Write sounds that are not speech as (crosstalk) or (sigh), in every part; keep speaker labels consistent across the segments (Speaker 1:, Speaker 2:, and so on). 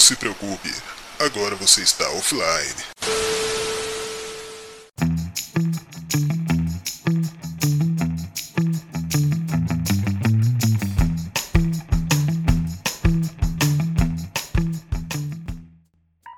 Speaker 1: se preocupe, agora você está offline.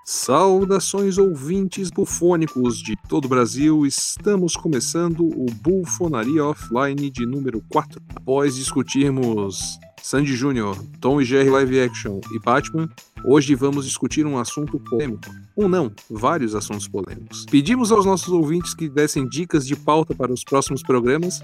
Speaker 2: Saudações ouvintes bufônicos de todo o Brasil, estamos começando o Bufonaria Offline de número 4. Após discutirmos Sandy Júnior, Tom e Jerry Live Action e Batman, hoje vamos discutir um assunto polêmico. Ou não, vários assuntos polêmicos. Pedimos aos nossos ouvintes que dessem dicas de pauta para os próximos programas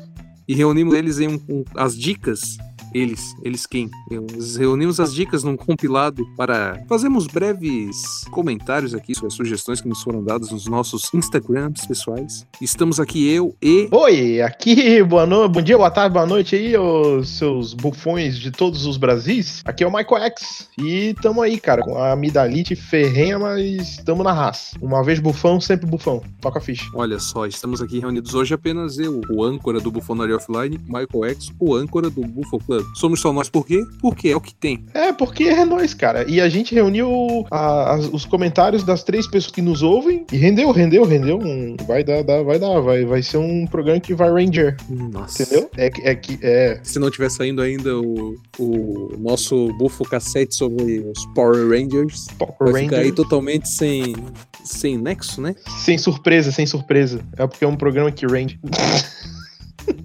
Speaker 2: e reunimos eles em um, um- as dicas eles, eles quem? Eu- nós Reunimos as dicas num compilado para fazermos breves comentários aqui sobre as sugestões que nos foram dadas nos nossos Instagrams pessoais. Estamos aqui eu e
Speaker 3: Oi, aqui, boa noite, bom dia, boa tarde, boa noite aí, ô, seus bufões de todos os Brasis. Aqui é o Michael X e tamo aí, cara, com a amidalite ferrenha, mas tamo na raça. Uma vez bufão, sempre bufão. Toca a ficha.
Speaker 2: Olha só, estamos aqui reunidos hoje apenas eu, o âncora do Bufonaria Offline, Michael X, o âncora do Bufo Club. Somos só nós por quê? Porque é o que tem.
Speaker 3: É, porque é nóis, cara. E a gente reuniu a- as- os comentários das três pessoas que nos ouvem e rendeu, rendeu, rendeu. Um, vai dar, dar- vai dar, vai, vai ser um programa que vai ranger,
Speaker 2: Nossa.
Speaker 3: entendeu? É, que- é que, é,
Speaker 2: Se não tiver saindo ainda o, o nosso bufo cassete sobre os Power Rangers,
Speaker 3: Power
Speaker 2: vai ficar aí
Speaker 3: Ranger.
Speaker 2: totalmente sem, sem nexo, né?
Speaker 3: Sem surpresa, sem surpresa. É porque é um programa que range.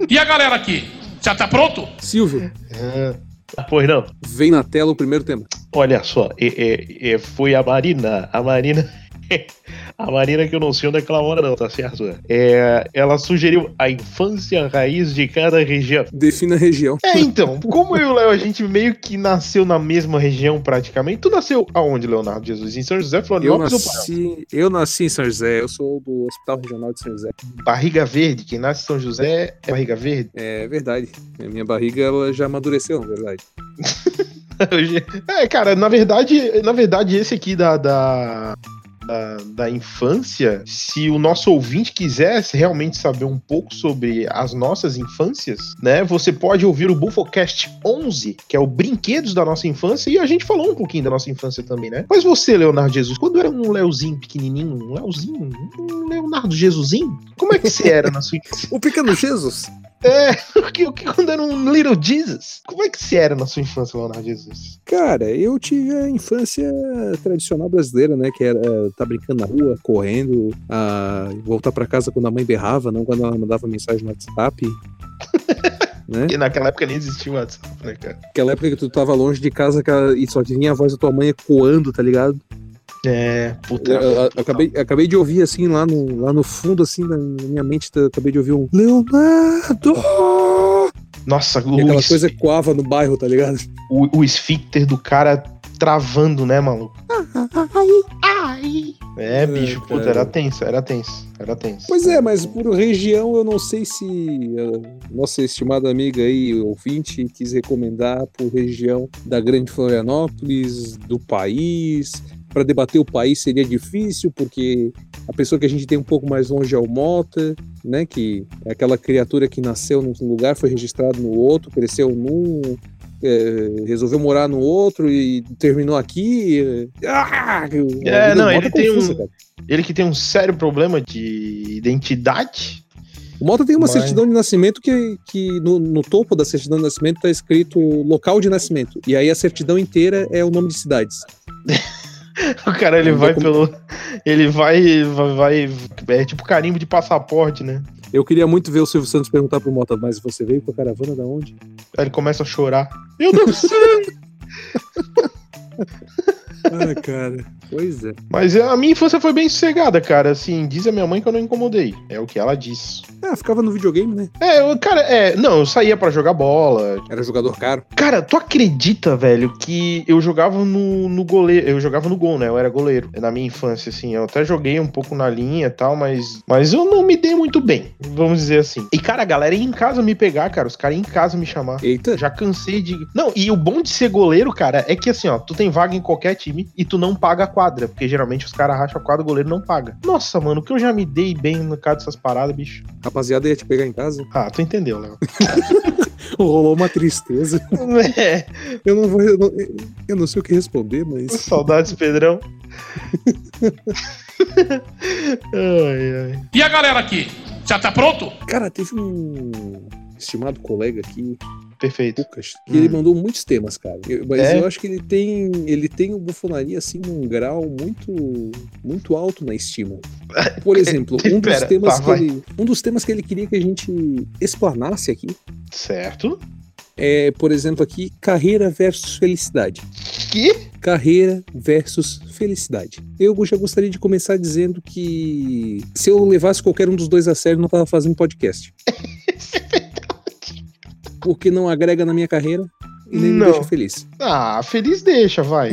Speaker 4: E a galera aqui? Já tá pronto?
Speaker 2: Silvio,
Speaker 3: Ah, Pois não.
Speaker 2: vem na tela o primeiro tema.
Speaker 3: Olha só, é, é, é, foi a Marina. A Marina. (laughs) A Marina, que eu não sei onde é que ela mora, não, tá certo? É, ela sugeriu a infância raiz de cada região.
Speaker 2: Defina a região.
Speaker 3: É, então, como eu e o Léo, a gente meio que nasceu na mesma região praticamente. Tu nasceu aonde, Leonardo Jesus? Em São José
Speaker 2: (laughs) Eu
Speaker 3: Florianópolis ou Pará?
Speaker 2: nasci, eu nasci em São José, eu sou do Hospital Regional de São José.
Speaker 3: Barriga Verde, quem nasce em São José é Barriga Verde.
Speaker 2: É verdade. A minha barriga ela já amadureceu, na verdade.
Speaker 3: (laughs) É, cara, na verdade, na verdade, esse aqui da. da... Da, da infância, se o nosso ouvinte quisesse realmente saber um pouco sobre as nossas infâncias, né? Você pode ouvir o Bufocast 11, que é o Brinquedos da Nossa Infância, e a gente falou um pouquinho da nossa infância também, né? Mas você, Leonardo Jesus, quando era um Leozinho pequenininho, um Leozinho, um Leonardo Jesusinho, como é que você era na sua infância? (laughs)
Speaker 2: O pequeno Jesus?
Speaker 3: O que, o que quando era um Little Jesus? Como é que você era na sua infância, Leonardo Jesus?
Speaker 2: Cara, eu tive a infância tradicional brasileira, né? Que era tá brincando na rua, correndo, ah, voltar pra casa quando a mãe berrava, não quando ela mandava mensagem no WhatsApp. né?
Speaker 3: Porque naquela época nem existia o WhatsApp, né, cara?
Speaker 2: Aquela época que tu tava longe de casa que ela- e só vinha a voz da tua mãe ecoando, tá ligado?
Speaker 3: É, puta.
Speaker 2: Eu- eu- eu acabei, eu acabei de ouvir assim lá no, lá no fundo, assim, na na minha mente, tá- acabei de ouvir um Leonardo!
Speaker 3: Nossa, o,
Speaker 2: E aquela
Speaker 3: es-
Speaker 2: coisa coava no bairro, tá ligado?
Speaker 3: o, o esfíncter do cara travando, né, maluco? É, bicho,
Speaker 2: cara.
Speaker 3: puta, era tenso, era tenso, era tenso.
Speaker 2: Pois é, mas por região eu não sei se a nossa estimada amiga aí, ouvinte, quis recomendar por região da Grande Florianópolis, do país. Para debater o país seria difícil, porque a pessoa que a gente tem um pouco mais longe é o Mota, né? Que é aquela criatura que nasceu num lugar, foi registrado no outro, cresceu num. é, resolveu morar no outro e terminou aqui. é, Ah,
Speaker 3: É, não, ele tem um-
Speaker 2: cara.
Speaker 3: Ele que tem um sério problema de identidade. (laughs)
Speaker 2: O Mota tem uma
Speaker 3: Mas-
Speaker 2: certidão de nascimento que, que no, no topo da certidão de nascimento tá escrito local de nascimento. E aí a certidão inteira é o nome de cidades.
Speaker 3: O cara, ele
Speaker 2: Não
Speaker 3: vai
Speaker 2: tem
Speaker 3: pelo. Ele vai, vai. vai- É tipo carimbo de passaporte, né?
Speaker 2: Eu queria muito ver o Silvio Santos perguntar pro Mota, mas você veio com a caravana da onde?
Speaker 3: Aí ele começa a chorar. Eu não sei!
Speaker 2: Ah, cara. Pois é.
Speaker 3: Mas a minha infância foi bem sossegada, cara. Assim, diz a minha mãe que eu não incomodei. É o que ela diz.
Speaker 2: Ah, ficava no videogame, né?
Speaker 3: É, eu, cara, é, não, eu saía pra jogar bola.
Speaker 2: Era jogador caro.
Speaker 3: Cara, tu acredita, velho, que eu jogava no, no goleiro, eu jogava no gol, né? Eu era goleiro na minha infância, assim. Eu até joguei um pouco na linha e tal, mas, mas eu não me dei muito bem, vamos dizer assim. E, cara, a galera ia em casa me pegar, cara, os caras iam em casa me chamar.
Speaker 2: Eita.
Speaker 3: Já cansei de. Não, e o bom de ser goleiro, cara, é que assim, ó, tu tem vaga em qualquer time e tu não paga a quadra. quadra, porque geralmente os caras racham a quadra, o goleiro não paga. Nossa, mano, o que eu já me dei bem no caso dessas paradas, bicho.
Speaker 2: Rapaziada, ia te pegar em casa.
Speaker 3: Ah, tu entendeu, Léo. (laughs)
Speaker 2: Rolou uma tristeza.
Speaker 3: é,
Speaker 2: Eu não vou. Eu não, eu não sei o que responder, mas.
Speaker 3: saudades, Pedrão. ai, ai.
Speaker 4: E a galera aqui? Já tá pronto?
Speaker 2: Cara, teve um estimado colega aqui,
Speaker 3: Perfeito.
Speaker 2: Lucas, que ele
Speaker 3: Hum.
Speaker 2: mandou muitos temas, cara. Eu- mas
Speaker 3: É?
Speaker 2: eu acho que ele tem. Ele tem o bufonaria, assim, num grau muito. muito alto na estima. Por
Speaker 3: (laughs)
Speaker 2: exemplo, um dos
Speaker 3: Pera,
Speaker 2: temas
Speaker 3: tá,
Speaker 2: que
Speaker 3: vai.
Speaker 2: ele. Um dos temas que ele queria que a gente explanasse aqui
Speaker 3: Certo.
Speaker 2: é, por exemplo, aqui, carreira versus felicidade.
Speaker 3: Que?
Speaker 2: Carreira versus felicidade. Eu já gostaria de começar dizendo que se eu levasse qualquer um dos dois a sério, eu não tava fazendo
Speaker 3: (laughs)
Speaker 2: podcast.
Speaker 3: É
Speaker 2: Porque não agrega na minha carreira e nem
Speaker 3: Não.
Speaker 2: me deixa feliz.
Speaker 3: Ah, feliz deixa, vai.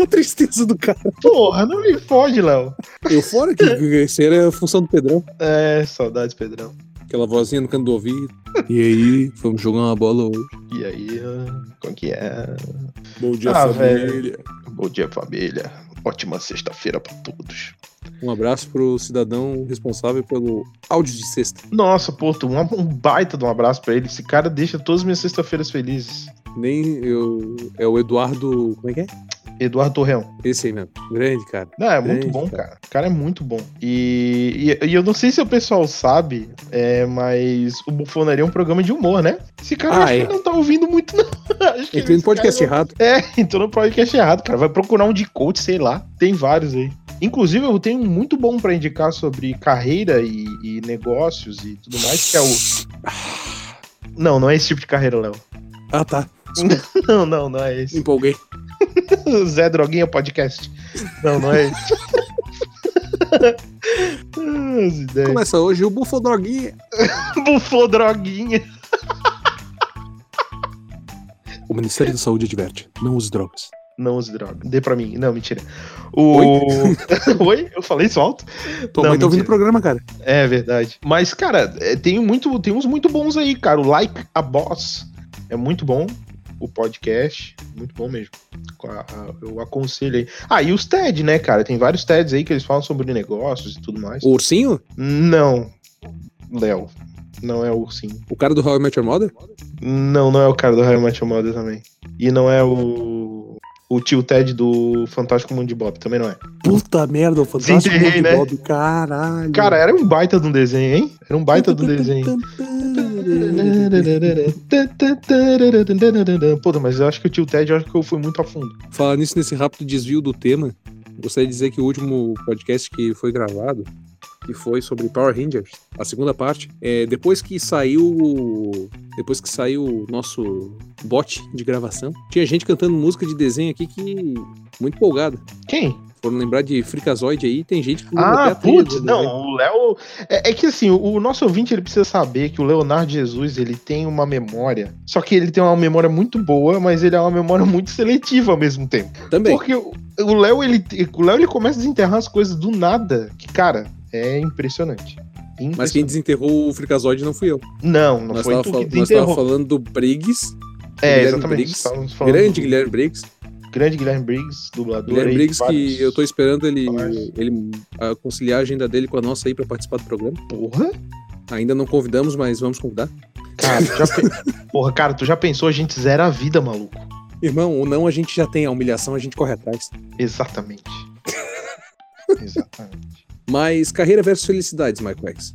Speaker 2: A tristeza do cara.
Speaker 3: Porra, não me fode, Léo.
Speaker 2: Eu fora que essa era a função do Pedrão.
Speaker 3: É, saudades, Pedrão.
Speaker 2: Aquela vozinha no canto do ouvido. E aí, vamos jogar uma bola hoje.
Speaker 3: E aí, ah, como que é?
Speaker 2: Bom dia,
Speaker 3: Ah,
Speaker 2: família.
Speaker 3: Bom dia, família. Ótima sexta-feira pra todos.
Speaker 2: Um abraço pro cidadão responsável pelo áudio de sexta.
Speaker 3: Nossa, Porto, um, um baita de um abraço pra ele. Esse cara deixa todas as minhas sextas-feiras felizes.
Speaker 2: Nem eu. É o Eduardo. Como é que é?
Speaker 3: Eduardo Torreão.
Speaker 2: Esse aí mesmo. Grande, cara.
Speaker 3: Não, é muito
Speaker 2: Eita.
Speaker 3: bom, cara. O cara é muito bom. E, e, e eu não sei se o pessoal sabe, é, mas o Bufonaria é um programa de humor, né? Esse cara
Speaker 2: Ah,
Speaker 3: acho
Speaker 2: é.
Speaker 3: que não tá ouvindo muito, não. (laughs) Acho que
Speaker 2: Entrei no
Speaker 3: esse
Speaker 2: um podcast
Speaker 3: cara é
Speaker 2: errado.
Speaker 3: não- Entrou no podcast errado, cara. Vai procurar um de coach, sei lá. Tem vários aí. Inclusive, eu tenho um muito bom pra indicar sobre carreira e, e negócios e tudo mais, que é o. Não, não é esse tipo de carreira, Léo. (laughs)
Speaker 2: Ah, tá.
Speaker 3: Não, não, não é
Speaker 2: Me
Speaker 3: esse.
Speaker 2: empolguei.
Speaker 3: Zé Droguinha Podcast. Não, não é esse. Ah, (laughs) As ideias.
Speaker 2: Começa hoje o Bufo Droguinha.
Speaker 3: Bufou droguinha.
Speaker 2: O Ministério da Saúde adverte: não use drogas.
Speaker 3: Não use droga. Dê pra mim. Não, mentira. O... (laughs) Oi? Eu falei isso alto?
Speaker 2: Tua
Speaker 3: Não,
Speaker 2: mãe tá ouvindo
Speaker 3: mentira.
Speaker 2: o programa, cara.
Speaker 3: É verdade. Mas, cara, é, tem, muito, tem uns muito bons aí, cara. O Like a Boss é muito bom. O podcast, muito bom mesmo. Com a- a- Eu aconselho aí. Ah, e os TED, né, cara? Tem vários TEDs aí que eles falam sobre negócios e tudo mais.
Speaker 2: O ursinho?
Speaker 3: Não, Léo. Não é o ursinho.
Speaker 2: O cara do How I Met Your Mother?
Speaker 3: Não, não é o cara do Raio Match Mother também. E não é o. O tio Ted do Fantástico Mundo de Bob, também não é.
Speaker 2: Puta merda, o fantástico
Speaker 3: Desenterrei,
Speaker 2: Mundo
Speaker 3: né?
Speaker 2: Bob, caralho.
Speaker 3: Cara, era um baita de um desenho, hein? Era um baita de um
Speaker 2: (laughs)
Speaker 3: desenho. Puta, mas eu acho que o tio Ted, eu acho que eu fui muito a fundo.
Speaker 2: Falar nisso nesse rápido desvio do tema, gostaria de dizer que o último podcast que foi gravado, que foi sobre Power Rangers, a segunda parte, é, depois que saiu o- depois que saiu o nosso bot de gravação, tinha gente cantando música de desenho aqui que muito empolgada.
Speaker 3: Quem?
Speaker 2: Foram lembrar de Frikazoid aí, tem né? gente que lembra até
Speaker 3: Ah,
Speaker 2: a trilha
Speaker 3: putz,
Speaker 2: do
Speaker 3: não,
Speaker 2: desenho.
Speaker 3: o Léo. É, é que assim, o, o nosso ouvinte ele precisa saber que o Leonardo Jesus ele tem uma memória. Só que ele tem uma memória muito boa, mas ele é uma memória (laughs) muito seletiva ao mesmo tempo.
Speaker 2: Também.
Speaker 3: Porque o o Léo ele, o Léo ele começa a desenterrar as coisas do nada, que cara, é impressionante. impressionante.
Speaker 2: Mas quem desenterrou o Frikazoid não fui eu.
Speaker 3: Não, não
Speaker 2: nós
Speaker 3: foi
Speaker 2: tava,
Speaker 3: tu
Speaker 2: fal-
Speaker 3: que
Speaker 2: nós tava
Speaker 3: desenterrou.
Speaker 2: falando do Briggs,
Speaker 3: É,
Speaker 2: Guilherme
Speaker 3: exatamente.
Speaker 2: Briggs.
Speaker 3: estávamos falando
Speaker 2: grande
Speaker 3: do
Speaker 2: Guilherme Briggs,
Speaker 3: grande Guilherme Briggs, dublador.
Speaker 2: Guilherme
Speaker 3: aí,
Speaker 2: Briggs,
Speaker 3: vários-
Speaker 2: que eu tô esperando ele,
Speaker 3: Vários.
Speaker 2: ele a, conciliar a agenda dele com a nossa aí pra participar do programa.
Speaker 3: Porra?
Speaker 2: Ainda não convidamos, mas vamos convidar.
Speaker 3: Cara, tu já pe- (laughs) Porra, cara, tu já pensou a gente zera a vida, maluco?
Speaker 2: Irmão, ou não a gente já tem, a humilhação a gente corre atrás.
Speaker 3: Exatamente. (laughs) Exatamente.
Speaker 2: Mas carreira versus felicidades, Michael X.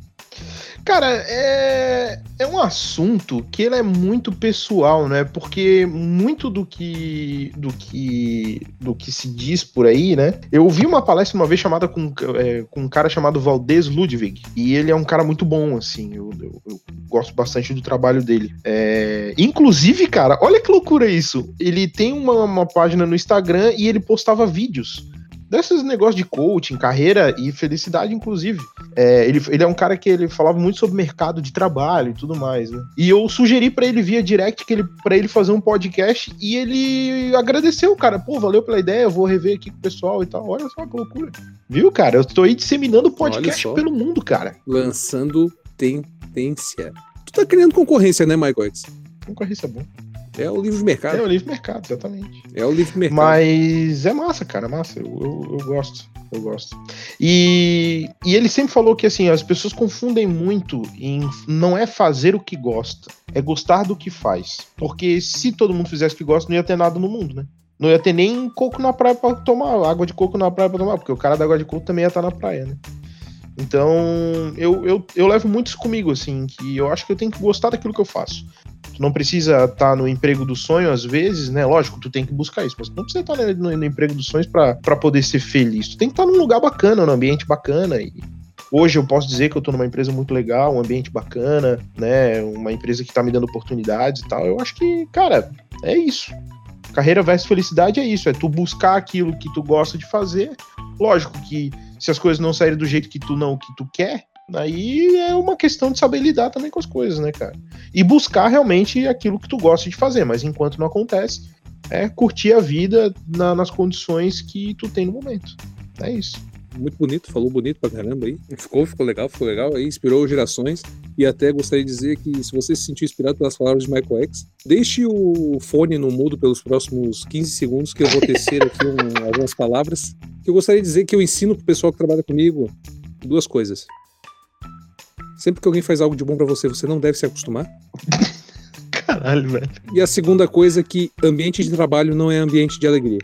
Speaker 3: Cara, é... é um assunto que ele é muito pessoal, né? Porque muito do que do que do que se diz por aí, né? Eu ouvi uma palestra uma vez chamada com, é, com um cara chamado Valdez Ludwig e ele é um cara muito bom, assim. Eu, eu- eu gosto bastante do trabalho dele. É, Inclusive, cara, olha que loucura isso. Ele tem uma, uma página no Instagram e ele postava vídeos. Desses negócios de coaching, carreira e felicidade, inclusive. É, ele, ele é um cara que ele falava muito sobre mercado de trabalho e tudo mais, né? E eu sugeri pra ele via direct que ele para ele fazer um podcast e ele agradeceu, cara. Pô, valeu pela ideia, eu vou rever aqui com o pessoal e tal. Olha só que loucura. Viu, cara? Eu tô aí disseminando o podcast
Speaker 2: Olha só.
Speaker 3: pelo mundo, cara.
Speaker 2: Lançando tendência. Tu tá criando concorrência, né, Michael X?
Speaker 3: Concorrência é bom.
Speaker 2: É o livre mercado.
Speaker 3: É o livre mercado, exatamente.
Speaker 2: É o livre (laughs) mercado.
Speaker 3: Mas é massa, cara, é massa. Eu, eu, eu gosto, eu gosto. E, e ele sempre falou que assim, as pessoas confundem muito em não é fazer o que gosta, é gostar do que faz. Porque se todo mundo fizesse o que gosta, não ia ter nada no mundo, né? Não ia ter nem coco na praia pra tomar, água de coco na praia pra tomar, porque o cara da água de coco também ia estar na praia, né? Então, eu, eu, eu levo muito isso comigo, assim, que eu acho que eu tenho que gostar daquilo que eu faço. Tu não precisa estar no emprego do sonho, às vezes, né? Lógico, tu tem que buscar isso, mas tu não precisa estar no, no emprego dos sonhos para poder ser feliz. Tu tem que estar num lugar bacana, num ambiente bacana. E hoje eu posso dizer que eu tô numa empresa muito legal, um ambiente bacana, né? Uma empresa que tá me dando oportunidades e tal. Eu acho que, cara, é isso. Carreira versus felicidade é isso, é tu buscar aquilo que tu gosta de fazer. Lógico que se as coisas não saírem do jeito que tu não, que tu quer, aí é uma questão de saber lidar também com as coisas, né, cara? E buscar realmente aquilo que tu gosta de fazer, mas enquanto não acontece, é curtir a vida na- nas condições que tu tem no momento. É isso.
Speaker 2: Muito bonito, falou bonito pra caramba aí. Ficou, ficou legal, ficou legal. Aí inspirou gerações. E até gostaria de dizer que se você se sentiu inspirado pelas palavras de Michael X, deixe o fone no mudo pelos próximos 15 segundos, que eu vou tecer aqui um- (laughs) algumas palavras. Que eu gostaria de dizer que eu ensino pro pessoal que trabalha comigo duas coisas. Sempre que alguém faz algo de bom pra você, você não deve se acostumar.
Speaker 3: (laughs) Caralho, velho.
Speaker 2: E a segunda coisa é que ambiente de trabalho não é ambiente de alegria.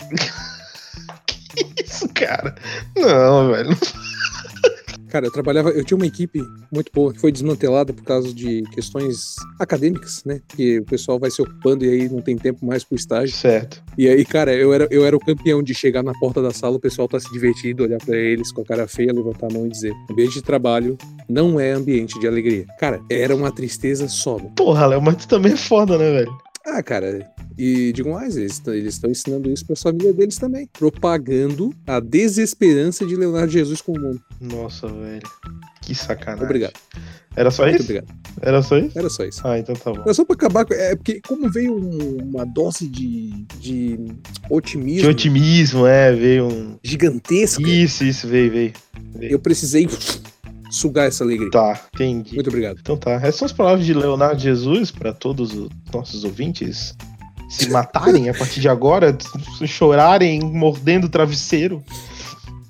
Speaker 3: Isso, cara. Não, velho.
Speaker 2: Cara, eu trabalhava, eu tinha uma equipe muito boa que foi desmantelada por causa de questões acadêmicas, né? Porque o pessoal vai se ocupando e aí não tem tempo mais pro
Speaker 3: é.
Speaker 2: estágio.
Speaker 3: Certo.
Speaker 2: E aí, cara, eu era, eu era o campeão de chegar na porta da sala, o pessoal tá se divertindo, olhar pra eles com a cara feia, levantar a mão e dizer: ambiente de trabalho não é ambiente de alegria. Cara, era uma tristeza só. né?
Speaker 3: Porra, Léo, mas tu também é foda, né, velho?
Speaker 2: Ah, cara, e digo mais, eles t- eles estão ensinando isso pra família deles também, propagando a desesperança de Leonardo Jesus com o mundo.
Speaker 3: Nossa, velho. Que sacanagem.
Speaker 2: Obrigado.
Speaker 3: Era É, só
Speaker 2: Muito
Speaker 3: isso?
Speaker 2: obrigado.
Speaker 3: Era só isso?
Speaker 2: Era só isso.
Speaker 3: Ah, então tá bom.
Speaker 2: Mas só pra acabar, com- é porque como veio um- uma dose de, de
Speaker 3: De
Speaker 2: otimismo
Speaker 3: otimismo, é, veio um.
Speaker 2: gigantesca,
Speaker 3: Isso, isso, veio, veio.
Speaker 2: eu precisei sugar essa alegria.
Speaker 3: Tá, entendi.
Speaker 2: Muito obrigado.
Speaker 3: Então tá, essas são as palavras de Leonardo Jesus para todos os nossos ouvintes se matarem a partir de agora, se chorarem mordendo o travesseiro.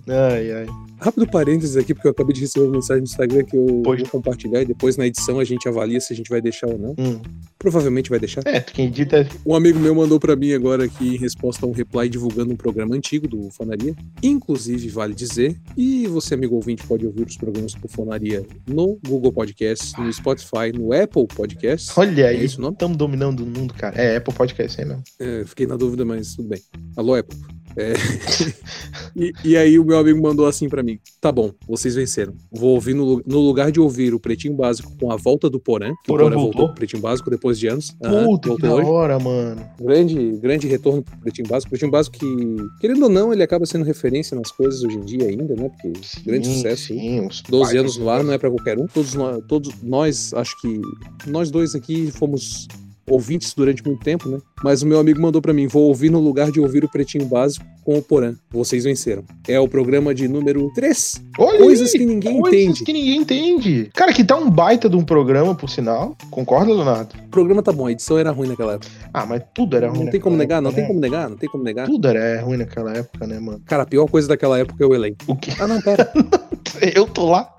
Speaker 3: Ai, ai.
Speaker 2: Rápido parênteses aqui, porque eu acabei de receber uma mensagem no Instagram que eu
Speaker 3: Pois.
Speaker 2: vou compartilhar e depois na edição a gente avalia se a gente vai deixar ou não.
Speaker 3: Hum.
Speaker 2: Provavelmente vai deixar.
Speaker 3: É, quem dita é.
Speaker 2: Um amigo meu mandou pra mim agora aqui em resposta a um reply divulgando um programa antigo do Fonaria. Inclusive, vale dizer, e você, amigo ouvinte, pode ouvir os programas do Fonaria no Google Podcast, no Spotify, no Apple Podcast.
Speaker 3: Olha
Speaker 2: É
Speaker 3: aí,
Speaker 2: isso o nome?
Speaker 3: estamos dominando o mundo, cara. É, Apple Podcast, é mesmo.
Speaker 2: É, fiquei na dúvida, mas tudo bem. Alô, Apple. É. (laughs) e, e aí o meu amigo mandou assim pra mim: Tá bom, vocês venceram. Vou ouvir no, lu- no lugar de ouvir o Pretinho Básico com a volta do Porã. Que
Speaker 3: Porã
Speaker 2: o Porã voltou.
Speaker 3: voltou
Speaker 2: pro Pretinho Básico depois de anos. Aham,
Speaker 3: Puta, que da
Speaker 2: Ah, hoje.
Speaker 3: hora, mano.
Speaker 2: Grande, grande retorno pro Pretinho Básico. Pretinho Básico que, querendo ou não, ele acaba sendo referência nas coisas hoje em dia ainda, né? Porque grande
Speaker 3: Sim,
Speaker 2: sucesso. aí.
Speaker 3: Sim, uns
Speaker 2: 12
Speaker 3: baita-
Speaker 2: anos no ar não é pra qualquer um. Todos nós, todos nós, acho que nós dois aqui fomos ouvintes durante muito tempo, né? Mas o meu amigo mandou pra mim, vou ouvir no lugar de ouvir o Pretinho Básico com o Porã. Vocês venceram. É o programa de número 3,
Speaker 3: Olha
Speaker 2: coisas
Speaker 3: aí,
Speaker 2: que ninguém
Speaker 3: coisas
Speaker 2: entende.
Speaker 3: que ninguém entende. Cara, que tá um baita de um programa, por sinal. Concorda, Leonardo?
Speaker 2: O programa tá bom, a edição era ruim naquela época.
Speaker 3: Ah, mas tudo era ruim.
Speaker 2: Não tem como
Speaker 3: naquela
Speaker 2: negar, não
Speaker 3: época,
Speaker 2: tem
Speaker 3: né?
Speaker 2: como negar, não tem como negar.
Speaker 3: Tudo era ruim naquela época, né, mano?
Speaker 2: Cara, a pior coisa daquela época é o elenco.
Speaker 3: O que?
Speaker 2: Ah, não, pera.
Speaker 3: (laughs) Eu tô lá.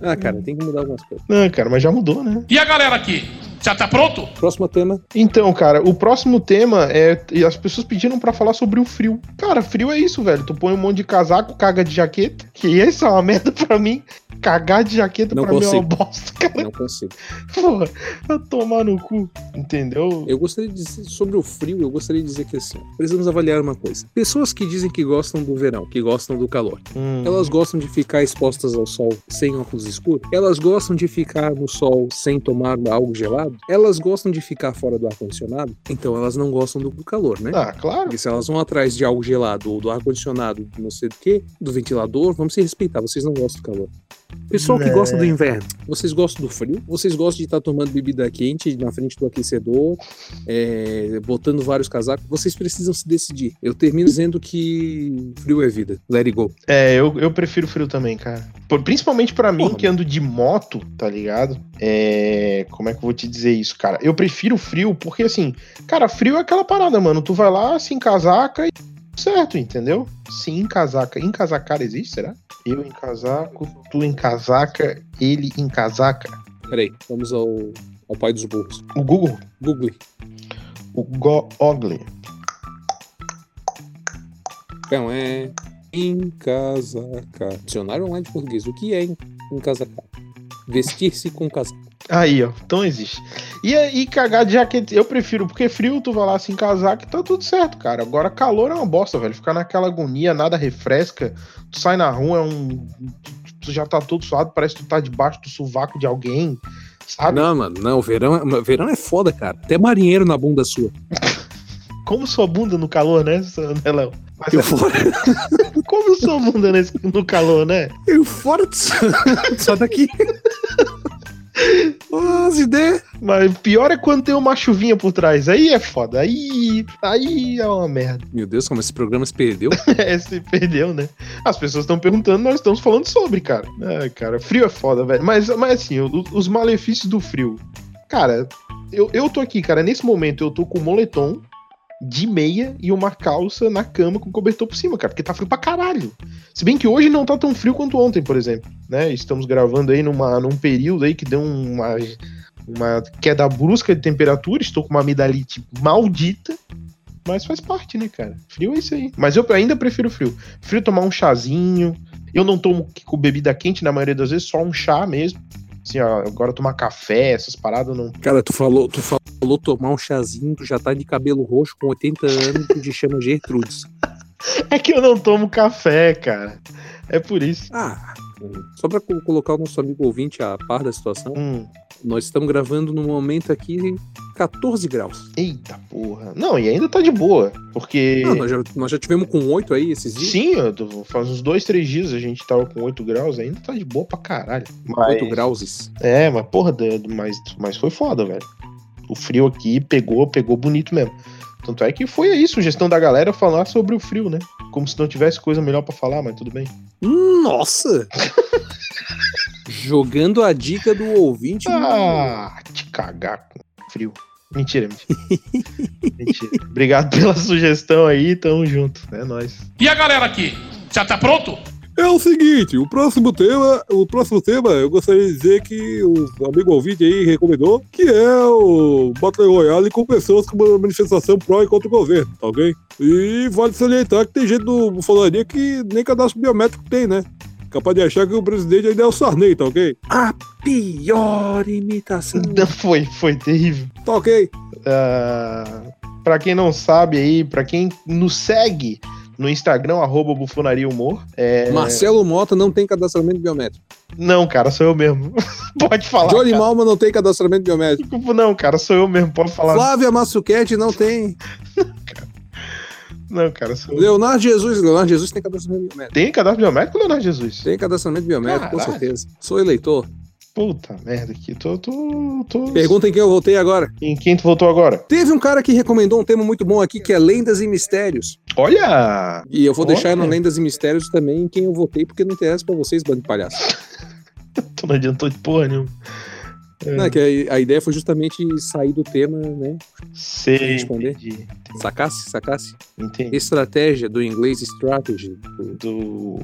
Speaker 2: Ah, cara, tem que mudar algumas coisas.
Speaker 3: Não, cara, mas já mudou, né?
Speaker 4: E a galera aqui? Já tá pronto?
Speaker 2: Próximo tema,
Speaker 3: Então, cara, o próximo tema é. E as pessoas pediram pra falar sobre o frio. Cara, frio é isso, velho. Tu põe um monte de casaco, caga de jaqueta. (laughs) Que isso é uma merda pra mim. Cagar de jaqueta
Speaker 2: Não
Speaker 3: pra mim é
Speaker 2: consigo.
Speaker 3: uma bosta, (laughs) cara.
Speaker 2: não consigo.
Speaker 3: Porra, eu tomar no cu. Entendeu?
Speaker 2: Eu gostaria de dizer sobre o frio, eu gostaria de dizer que assim, precisamos avaliar uma coisa. Pessoas que dizem que gostam do verão, que gostam do calor,
Speaker 3: Hum,
Speaker 2: elas gostam de ficar expostas ao sol sem óculos escuros, elas gostam de ficar no sol sem tomar algo gelado, elas gostam de ficar fora do ar condicionado, então elas não gostam do calor, né?
Speaker 3: Ah, claro.
Speaker 2: Porque se elas vão atrás de algo gelado ou do ar-condicionado, do não sei do que, do ventilador, vamos se respeitar, vocês não gostam do calor. Pessoal que gosta do inverno, vocês gostam do frio? Vocês gostam de estar tomando bebida quente na frente do aquecedor, é, botando vários casacos? Vocês precisam se decidir. Eu termino dizendo que frio é vida. Let it go.
Speaker 3: É, eu, eu prefiro frio também, cara. Por- principalmente pra mim
Speaker 2: Porra,
Speaker 3: que ando de moto, tá ligado? É, como é que eu vou te dizer isso, cara? Eu prefiro frio porque, assim, cara, frio é aquela parada, mano. Tu vai lá, se encasaca e tudo certo, entendeu? Se encasaca. Encasacar existe, será? Eu em casaco, tu em casaca, ele em casaca.
Speaker 2: Peraí, vamos ao, ao pai dos burros.
Speaker 3: O Google,
Speaker 2: Google.
Speaker 3: o Google.
Speaker 2: Então é encasacar. Dicionário online de português. O que é en- encasacar? Vestir-se com casaco.
Speaker 3: Aí, ó, então existe. E aí, cagar de jaqueta, eu prefiro, porque frio, tu vai lá assim, casaco, e tá tudo certo, cara. Agora, calor é uma bosta, velho. Ficar naquela agonia, nada refresca. Tu sai na rua, é um. Tu já tá todo suado, parece que tu tá debaixo do sovaco de alguém, sabe?
Speaker 2: Não, mano, não. Verão é, verão é foda, cara. Até marinheiro na bunda sua.
Speaker 3: Como sua bunda no calor, né, seu- né, Léo? Mas,
Speaker 2: Eu fora,
Speaker 3: como sua bunda nesse- no calor, né?
Speaker 2: (laughs) eu fora disso. (laughs) Só daqui.
Speaker 3: (laughs)
Speaker 2: As ideias.
Speaker 3: Mas pior é quando tem uma chuvinha por trás. Aí é foda. Aí. Aí é uma merda.
Speaker 2: Meu Deus, como esse programa se perdeu.
Speaker 3: (laughs) É, se perdeu, né? As pessoas estão perguntando, nós estamos falando sobre, cara. Ai, cara, frio é foda, velho. Mas, mas assim, o- os malefícios do frio. Cara, eu, eu tô aqui, cara, nesse momento eu tô com um moletom de meia e uma calça na cama com cobertor por cima, cara, porque tá frio pra caralho. Se bem que hoje não tá tão frio quanto ontem, por exemplo, né? Estamos gravando aí numa, num período aí que deu uma, uma queda brusca de temperatura, estou com uma amidalite maldita. Mas faz parte, né, cara? Frio é isso aí. Mas eu ainda prefiro frio. Frio tomar um chazinho. Eu não tomo com bebida quente, na maioria das vezes, só um chá mesmo. Assim, ó, agora tomar café, essas paradas, eu não. (laughs)
Speaker 2: Cara, tu falou, tu falou tomar um chazinho, tu já tá de cabelo roxo com 80 anos e tu te chama Gertrudes.
Speaker 3: É que eu não tomo café, cara. É por isso.
Speaker 2: Ah, só pra co- colocar o nosso amigo ouvinte a par da situação,
Speaker 3: Hum,
Speaker 2: nós estamos gravando no momento aqui 14 graus.
Speaker 3: eita porra. Não, e ainda tá de boa. Porque.
Speaker 2: Ah, nós, já, nós já tivemos com 8 aí esses dias.
Speaker 3: Sim, eu tô- faz uns dois, três dias a gente tava com 8 graus, ainda tá de boa pra caralho. Mas-
Speaker 2: 8 graus.
Speaker 3: É, mas porra, do- do- mas, mas foi foda, velho. O frio aqui pegou, pegou bonito mesmo. Tanto é que foi aí, sugestão da galera falar sobre o frio, né? Como se não tivesse coisa melhor pra falar, mas tudo bem.
Speaker 2: Nossa! Jogando a dica do ouvinte.
Speaker 3: Ah, te cagar com frio. Mentira, mentira. mentira. Obrigado pela sugestão aí, tamo junto. É nóis.
Speaker 4: E a galera aqui? Já tá pronto?
Speaker 5: É o seguinte, o próximo tema, o próximo tema, eu gostaria de dizer que o amigo ouvinte aí recomendou, que é o Battle Royale com pessoas com uma manifestação pró e contra o governo, tá ok? E vale salientar que tem gente do Bolsonaro que nem cadastro biométrico tem, né? Capaz de achar que o presidente ainda é o Sarney, tá ok?
Speaker 2: Pior imitação.
Speaker 3: Não, foi, foi terrível.
Speaker 5: Tá ok?
Speaker 3: Ah, Pra quem não sabe aí, pra quem nos segue no Instagram, arroba bufonaria humor, é...
Speaker 2: Marcelo Mota não tem cadastramento biométrico.
Speaker 3: Não, cara, sou eu mesmo. (laughs) Pode falar.
Speaker 2: Johnny
Speaker 3: cara.
Speaker 2: Malma não tem cadastramento biométrico.
Speaker 3: Desculpa, Tipo, não, cara, sou eu mesmo. Pode falar.
Speaker 2: Flávia Massuquete não tem.
Speaker 3: Não, cara, sou eu.
Speaker 2: Leonardo Jesus, Leonardo Jesus tem cadastramento biométrico.
Speaker 3: Tem cadastro biométrico, Leonardo Jesus?
Speaker 2: Tem cadastramento biométrico, com
Speaker 3: Caralho.
Speaker 2: certeza. Sou eleitor.
Speaker 3: Puta merda, aqui. Tô, tô, tô...
Speaker 2: Perguntem quem eu votei agora.
Speaker 3: Em quem tu voltou agora?
Speaker 2: Teve um cara que recomendou um tema muito bom aqui, que é Lendas e Mistérios.
Speaker 3: Olha!
Speaker 2: E eu vou
Speaker 3: Olha.
Speaker 2: deixar no Lendas e Mistérios também quem eu votei, porque não interessa pra vocês, bando de palhaço.
Speaker 3: Tu não adiantou de porra nenhuma. É.
Speaker 2: Não, Né, que a, a ideia foi justamente sair do tema, né?
Speaker 3: Sei.
Speaker 2: Responder?
Speaker 3: Entendi.
Speaker 2: Sacasse, sacasse.
Speaker 3: Entendi.
Speaker 2: Estratégia, do inglês strategy, do-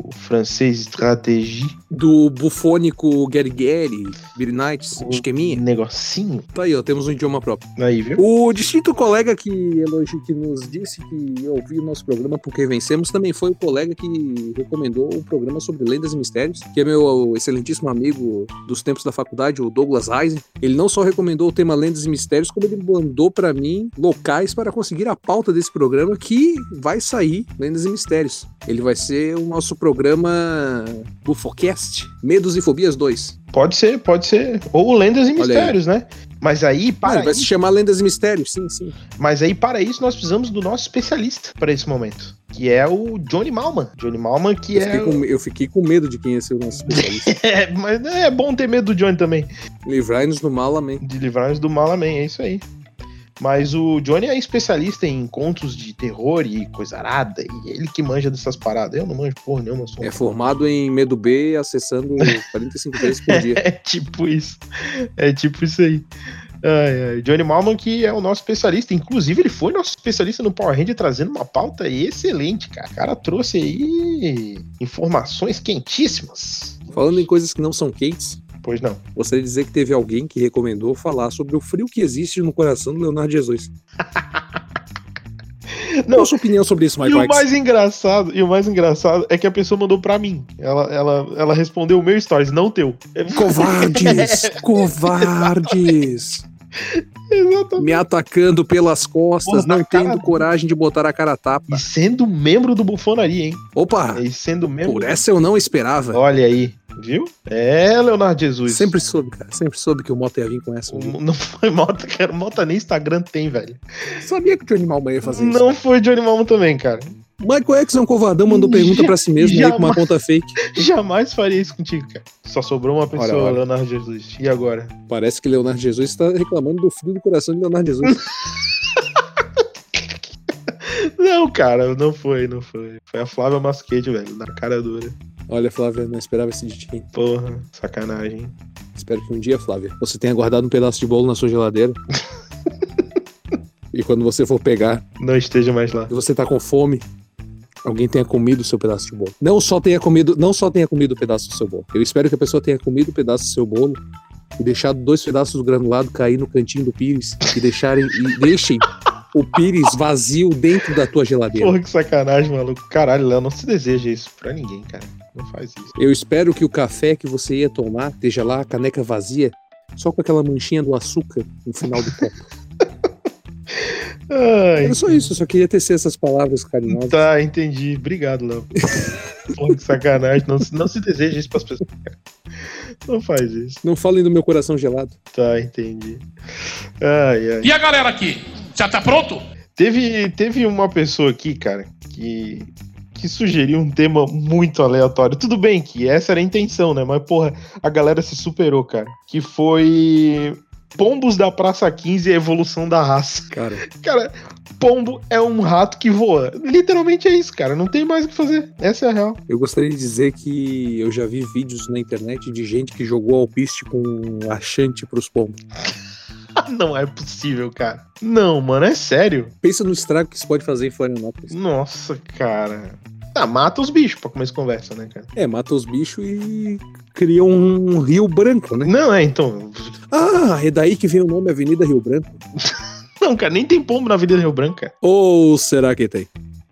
Speaker 3: Do francês estratégia.
Speaker 2: do bufônico Guergueri, Billy Knights,
Speaker 3: Uhum.
Speaker 2: esqueminha.
Speaker 3: Um Negocinho.
Speaker 2: Tá aí, ó, temos um idioma próprio.
Speaker 3: Aí, viu?
Speaker 2: O distinto colega que elogi- que nos disse que ouviu o nosso programa porque vencemos também foi o colega que recomendou o programa sobre lendas e mistérios, que é meu excelentíssimo amigo dos tempos da faculdade, o Douglas Eisen. Ele não só recomendou o tema lendas e mistérios, como ele mandou pra mim locais para conseguir a pauta desse programa que vai sair lendas e mistérios. Ele vai ser o nosso programa Bufocast, Medos e Fobias 2.
Speaker 3: Pode ser, pode ser. Ou Lendas e
Speaker 2: Olha aí.
Speaker 3: Mistérios, né? Mas aí, para
Speaker 2: Não, Ah, vai se
Speaker 3: isso,
Speaker 2: chamar Lendas e Mistérios, sim, sim.
Speaker 3: mas aí, para isso, nós precisamos do nosso especialista para esse momento, que é o Johnny Malman. Johnny Malman, que
Speaker 2: Eu
Speaker 3: é.
Speaker 2: fiquei, com, eu fiquei com medo de quem ia ser o
Speaker 3: (laughs)
Speaker 2: nosso especialista.
Speaker 3: é. Mas é bom ter medo do Johnny também.
Speaker 2: Livrai-nos do mal, amém.
Speaker 3: De livrar-nos do mal, amém, é isso aí. Mas o Johnny é especialista em contos de terror e coisa arada, e ele que manja dessas paradas. Eu não manjo porra nenhuma, sou um
Speaker 2: É formado em Medo B, acessando 45 vezes por dia.
Speaker 3: (laughs) É tipo isso. É tipo isso aí. Ai, ai. Johnny Malman, que é o nosso especialista. Inclusive, ele foi nosso especialista no Power Ranger, trazendo uma pauta excelente, cara. O cara trouxe aí informações quentíssimas.
Speaker 2: Falando em coisas que não são quentes,
Speaker 3: Pois não.
Speaker 2: gostaria de dizer que teve alguém que recomendou falar sobre o frio que existe no coração do Leonardo
Speaker 3: (laughs)
Speaker 2: Jesus.
Speaker 3: Não.
Speaker 2: Qual a sua opinião sobre isso,
Speaker 3: E
Speaker 2: Mike
Speaker 3: o
Speaker 2: Marques?
Speaker 3: mais engraçado, e o mais engraçado é que a pessoa mandou pra mim. Ela, ela, ela respondeu o meu stories, não o teu.
Speaker 2: Covardes! covardes!
Speaker 3: (laughs) Exatamente.
Speaker 2: Me atacando pelas costas,
Speaker 3: Porra, na
Speaker 2: não
Speaker 3: cara
Speaker 2: tendo
Speaker 3: dele.
Speaker 2: coragem de botar a cara a tapa.
Speaker 3: E sendo membro do Bufonaria, hein?
Speaker 2: Opa!
Speaker 3: E sendo membro.
Speaker 2: Ah, Por essa eu não esperava.
Speaker 3: Olha aí, viu? É, Leonardo Jesus.
Speaker 2: Sempre soube, cara. Sempre soube que o Mota ia vir com essa.
Speaker 3: O- (laughs) Não foi Mota, cara. Mota nem Instagram tem, velho.
Speaker 2: Sabia que o Johnny Malman ia fazer isso.
Speaker 3: não foi Johnny Malmo também, cara. (laughs)
Speaker 2: Michael X é um covardão, mandou pergunta pra si mesmo aí com uma
Speaker 3: Jamais.
Speaker 2: conta fake.
Speaker 3: Jamais faria isso contigo, cara. Só sobrou uma pessoa,
Speaker 2: Ora, ora.
Speaker 3: Leonardo Jesus. E agora? (laughs)
Speaker 2: Parece que Leonardo Jesus está reclamando do frio do coração de Leonardo Jesus.
Speaker 3: Não, cara, não foi, não foi. Foi a Flávia Masquete, velho, na cara dura.
Speaker 2: Olha, Flávia, não esperava esse de ti.
Speaker 3: Porra, sacanagem.
Speaker 2: Espero que um dia, Flávia, você tenha guardado um pedaço de bolo na sua geladeira. e quando você for pegar
Speaker 3: Não esteja mais lá.
Speaker 2: e você tá com fome, alguém tenha comido o seu pedaço de bolo. Não só tenha comido, não só tenha comido o pedaço do seu bolo. Eu espero que a pessoa tenha comido o pedaço do seu bolo e deixado dois pedaços do granulado cair no cantinho do pires e deixarem e deixem o pires vazio dentro da tua geladeira.
Speaker 3: Porra, que sacanagem, maluco. Caralho, Léo, não se deseja isso pra ninguém, cara. Não faz isso.
Speaker 2: Eu espero que o café que você ia tomar esteja lá, a caneca vazia, só com aquela manchinha do açúcar no final do copo.
Speaker 3: Ai,
Speaker 2: Era só isso, eu só queria tecer essas palavras carinhosas.
Speaker 3: É tá, entendi. Obrigado, Léo. Porra, que sacanagem. Não, se- não se deseja isso pras pessoas, cara. Não faz isso.
Speaker 2: Não falem do meu coração gelado.
Speaker 3: Tá, entendi. Ai, ai.
Speaker 4: E a galera aqui? Já tá pronto?
Speaker 3: Teve, teve uma pessoa aqui, cara, que, que sugeriu um tema muito aleatório. Tudo bem que essa era a intenção, né? Mas, porra, a galera se superou, cara. Que foi. Pombos da Praça 15 e a evolução da raça.
Speaker 2: Cara,
Speaker 3: Cara, pombo é um rato que voa. Literalmente é isso, cara. Não tem mais o que fazer. Essa é a (laughs) real.
Speaker 2: eu gostaria de dizer que eu já vi vídeos na internet de gente que jogou alpiste com achante pros pombos.
Speaker 3: Não é possível, cara. Não, mano, é sério.
Speaker 2: Pensa no estrago que isso pode fazer em Florianópolis.
Speaker 3: Nossa, cara. Ah, mata os bichos pra começar conversa, né, cara?
Speaker 2: É, mata os bichos e cria um rio branco, né?
Speaker 3: Não, é, então.
Speaker 2: Ah, é daí que vem o nome Avenida Rio Branco.
Speaker 3: Não, cara, nem tem pombo na Avenida Rio Branco, cara.
Speaker 2: Ou será que tem?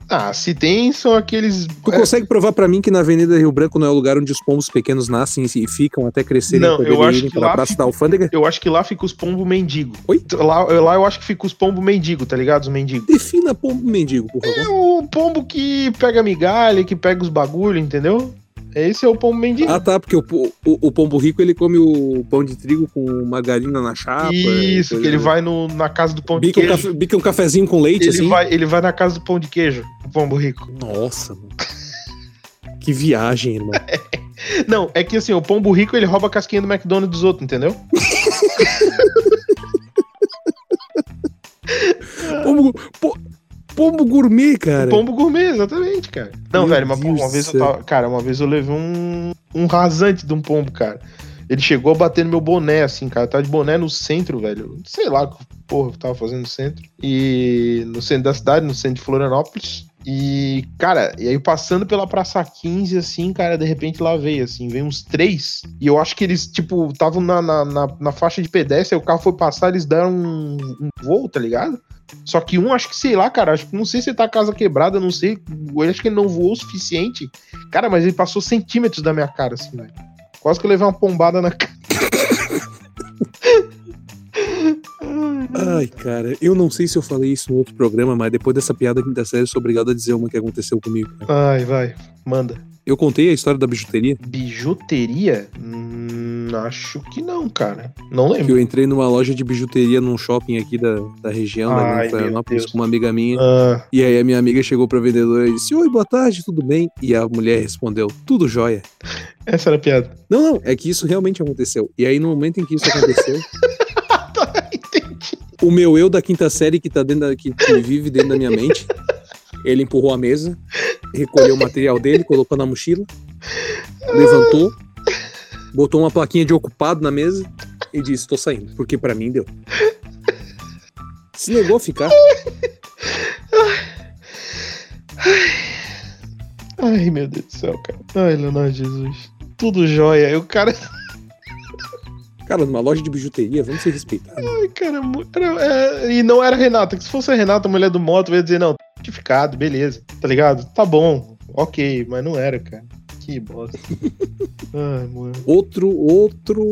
Speaker 3: Ah, se tem, são aqueles. é,
Speaker 2: Tu consegue provar pra mim que na Avenida Rio Branco não é o lugar onde os pombos pequenos nascem e ficam até crescerem
Speaker 3: Não,
Speaker 2: pra
Speaker 3: eu acho
Speaker 2: irem
Speaker 3: que
Speaker 2: pela
Speaker 3: lá
Speaker 2: Praça
Speaker 3: fica-
Speaker 2: da Alfândega?
Speaker 3: Eu acho que lá fica os pombo mendigo.
Speaker 2: Oi?
Speaker 3: Lá, lá eu acho que fica os pombo mendigo, tá ligado? Os mendigos.
Speaker 2: Defina pombo mendigo, por
Speaker 3: É
Speaker 2: favor.
Speaker 3: o pombo que pega migalha, que pega os bagulho, entendeu? Esse é o pombo mendigo.
Speaker 2: Ah tá, porque o, po- o- o pombo rico ele come o pão de trigo com margarina na chapa.
Speaker 3: Isso, que ele vai no- na casa do pão de
Speaker 2: Bica um,
Speaker 3: queijo.
Speaker 2: cafe- bica um cafezinho com leite,
Speaker 3: Ele,
Speaker 2: assim.
Speaker 3: vai, ele vai na casa do pão de queijo, o pombo rico.
Speaker 2: Nossa, mano. Que viagem, irmão.
Speaker 3: Não, é que assim, o pombo rico ele rouba a casquinha do McDonald's dos outros, entendeu?
Speaker 2: Pombo, po- pombo gourmet, cara.
Speaker 3: um Pombo gourmet, exatamente, cara. Não,
Speaker 2: Meu
Speaker 3: velho, mas pô,
Speaker 2: Deus
Speaker 3: uma
Speaker 2: do
Speaker 3: vez eu
Speaker 2: céu.
Speaker 3: tava. Cara, uma vez eu levei um, um rasante de um pombo, cara. Ele chegou a bater no meu boné, assim, cara. Eu Tava de boné no centro, velho. Sei lá que porra eu tava fazendo no centro. E no centro da cidade, no centro de Florianópolis. E, cara, e aí passando pela Praça 15, assim, cara, de repente lá veio, assim, veio uns três. E eu acho que eles, tipo, estavam na, na, na, na faixa de pedestre, aí o carro foi passar, eles deram um, um voo, tá ligado? Só que um, acho que sei lá, cara, acho que não sei se tá a casa quebrada, não sei. Eu acho que ele não voou o suficiente. Cara, mas ele passou centímetros da minha cara, assim, velho. Quase que eu levei uma pombada na cara.
Speaker 2: Ai, cara, eu não sei se eu falei isso no outro programa, mas depois dessa piada quinta série, eu sou obrigado a dizer uma que aconteceu comigo.
Speaker 3: Ai, vai. Manda.
Speaker 2: Eu contei a história da bijuteria.
Speaker 3: Bijuteria? Hum, Acho que não, cara. Não
Speaker 2: Que
Speaker 3: lembro.
Speaker 2: eu entrei numa loja de bijuteria num shopping aqui da, da região, da
Speaker 3: Ai, meu
Speaker 2: Florianópolis,
Speaker 3: Deus.
Speaker 2: com uma amiga minha.
Speaker 3: Ah,
Speaker 2: E aí a minha amiga chegou pra vendedora e disse: Oi, boa tarde, tudo bem? E a mulher respondeu: Tudo jóia.
Speaker 3: essa era a piada.
Speaker 2: Não, não, é que isso realmente aconteceu. E aí, no momento em que isso aconteceu,
Speaker 3: Entendi.
Speaker 2: o meu eu da quinta série que tá dentro da, que, que vive dentro da minha mente, ele empurrou a mesa, recolheu o material dele, colocou na mochila, levantou, botou uma plaquinha de ocupado na mesa e disse: "Tô saindo", porque pra mim deu. Se negou a ficar.
Speaker 3: Ai, meu Deus do céu, cara. Ai, Leonardo Jesus. Tudo jóia. E o cara.
Speaker 2: Cara, numa loja de bijuteria, vamos ser respeitados.
Speaker 3: Ai, cara, é mu- era- é, e não era a Renata. que Se fosse a Renata, a mulher do moto, eu ia dizer, não, tá certificado, beleza. Tá ligado? Tá bom. Ok, mas não era, cara. Que bosta. Ai, mano.
Speaker 2: Outro, outro,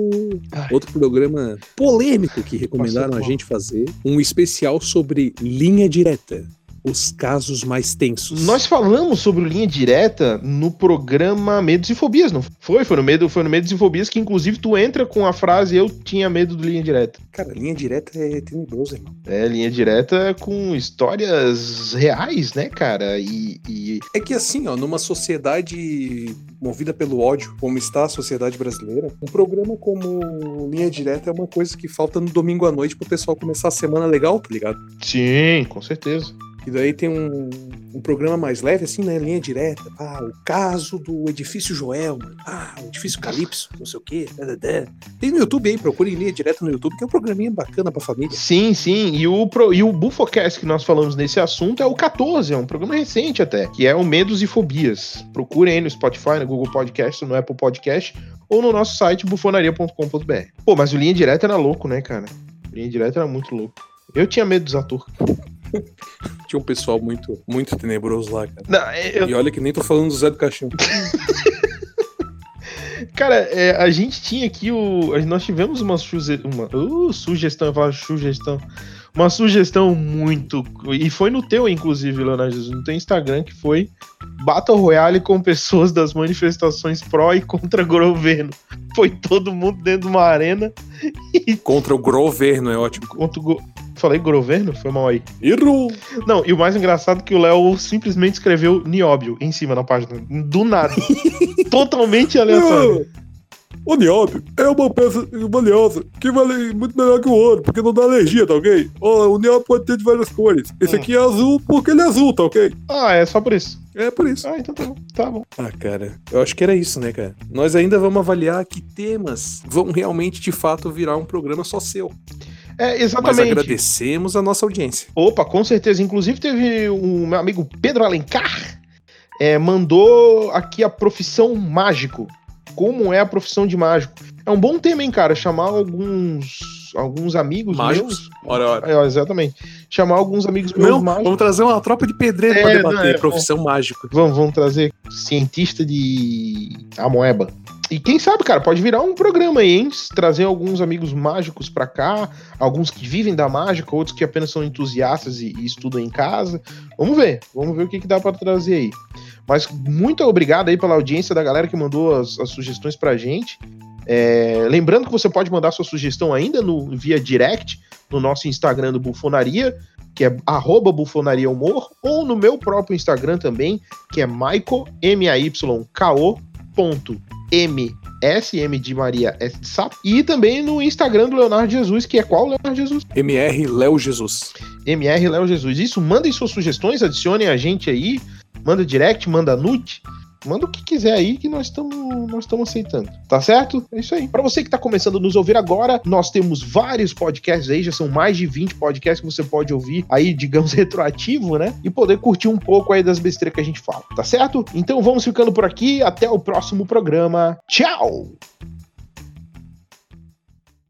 Speaker 3: Ai.
Speaker 2: outro programa polêmico que recomendaram a
Speaker 3: mal.
Speaker 2: gente fazer, um especial sobre linha direta, os casos mais tensos.
Speaker 3: Nós falamos sobre o linha direta no programa Medos e Fobias, não foi? Foi no, medo, foi no Medos e Fobias que, inclusive, tu entra com a frase Eu tinha medo do linha direta.
Speaker 2: Cara, linha direta é tenebroso, irmão.
Speaker 3: É, linha direta com histórias reais, né, cara? E. e-
Speaker 2: É que assim, ó, numa sociedade movida pelo ódio, como está a sociedade brasileira, um programa como Linha Direta é uma coisa que falta no domingo à noite pro pessoal começar a semana legal, tá ligado?
Speaker 3: Sim, com certeza.
Speaker 2: E daí tem um, um programa mais leve, assim, né? Linha Direta. Ah, o caso do Edifício Joel, mano. Ah, o Edifício Calypso, não sei o quê. dadadã. Tem no YouTube aí, procurem Linha Direta no YouTube, que é um programinha bacana pra família.
Speaker 3: Sim, sim. E o, pro- e o Bufocast que nós falamos nesse assunto é o 14, é um programa recente até, que é o Medos e Fobias. Procurem aí no Spotify, no Google Podcast, no Apple Podcast ou no nosso site bufonaria.com.br. Pô, mas o Linha Direta era louco, né, cara? O Linha Direta era muito louco. Eu tinha medo dos atores.
Speaker 2: Tinha um pessoal muito, muito tenebroso lá, cara.
Speaker 3: Não, eu,
Speaker 2: E olha que nem tô falando do Zé do Caixão. (laughs)
Speaker 3: Cara, é, a gente tinha aqui o. a- Nós tivemos uma, suze- uma uh, sugestão, eu falo sugestão. Uma sugestão muito. E foi no teu, inclusive, Leonardo Jesus, no teu Instagram, que foi Battle Royale com pessoas das manifestações pró e contra governo. Foi todo mundo dentro de uma arena
Speaker 2: Contra o governo, é ótimo.
Speaker 3: contra o. Go... Falei governo? Foi mal aí.
Speaker 2: Errou!
Speaker 3: Não, e o mais engraçado é que o Léo simplesmente escreveu Nióbio em cima na página. Do nada. Totalmente aleatório.
Speaker 2: O nióbio é uma peça valiosa que vale muito melhor que o ouro, porque não dá alergia, tá ok? Ó, O nióbio pode ter de várias cores. Esse
Speaker 3: Hum.
Speaker 2: aqui é azul porque ele é azul, tá ok?
Speaker 3: Ah, é só por isso.
Speaker 2: É por isso.
Speaker 3: Ah, então tá bom. Tá bom.
Speaker 2: Ah, cara, eu acho que era isso, né, cara? Nós ainda vamos avaliar que temas vão realmente, de fato, virar um programa só seu.
Speaker 3: É,
Speaker 2: Mas
Speaker 3: exatamente.
Speaker 2: agradecemos a nossa audiência.
Speaker 3: Opa, com certeza. Inclusive, teve um meu amigo Pedro Alencar é, mandou aqui a profissão mágico. Como é a profissão de mágico? É um bom tema, hein, cara? Chamar alguns alguns amigos
Speaker 2: Mágicos? Ora, ora.
Speaker 3: meus. É, exatamente. Chamar alguns amigos meus
Speaker 2: Não,
Speaker 3: mágicos.
Speaker 2: vamos trazer uma tropa de pedreiro
Speaker 3: É,
Speaker 2: pra
Speaker 3: não, é,
Speaker 2: debater profissão mágica.
Speaker 3: Vamos, vamos trazer cientista de Amoeba. E quem sabe, cara, pode virar um programa aí, hein? Trazer alguns amigos mágicos pra cá, alguns que vivem da mágica, outros que apenas são entusiastas e, e estudam em casa. Vamos ver, vamos ver o que, que dá pra trazer aí. Mas muito obrigado aí pela audiência da galera que mandou as, as sugestões pra gente. É, lembrando que você pode mandar sua sugestão ainda no via direct no nosso Instagram do Bufonaria, que é arroba Bufonaria Humor, ou no meu próprio Instagram também, que é Michael, M-A-Y-K-O, ponto, M, S, M de Maria, S de Sapo, e também no Instagram do Leonardo Jesus, que é qual Leonardo Jesus?
Speaker 2: MR Léo Jesus.
Speaker 3: MR Léo Jesus. Isso, mandem suas sugestões, adicionem a gente aí, manda direct, manda nude, manda o que quiser aí que nós estamos nós estamos aceitando, tá certo? É isso aí. Para você que tá começando a nos ouvir agora, nós temos vários podcasts aí, já são mais de 20 podcasts que você pode ouvir aí, (laughs) digamos, retroativo, né? E poder curtir um pouco aí das besteiras que a gente fala, tá certo? Então vamos ficando por aqui, até o próximo programa. Tchau!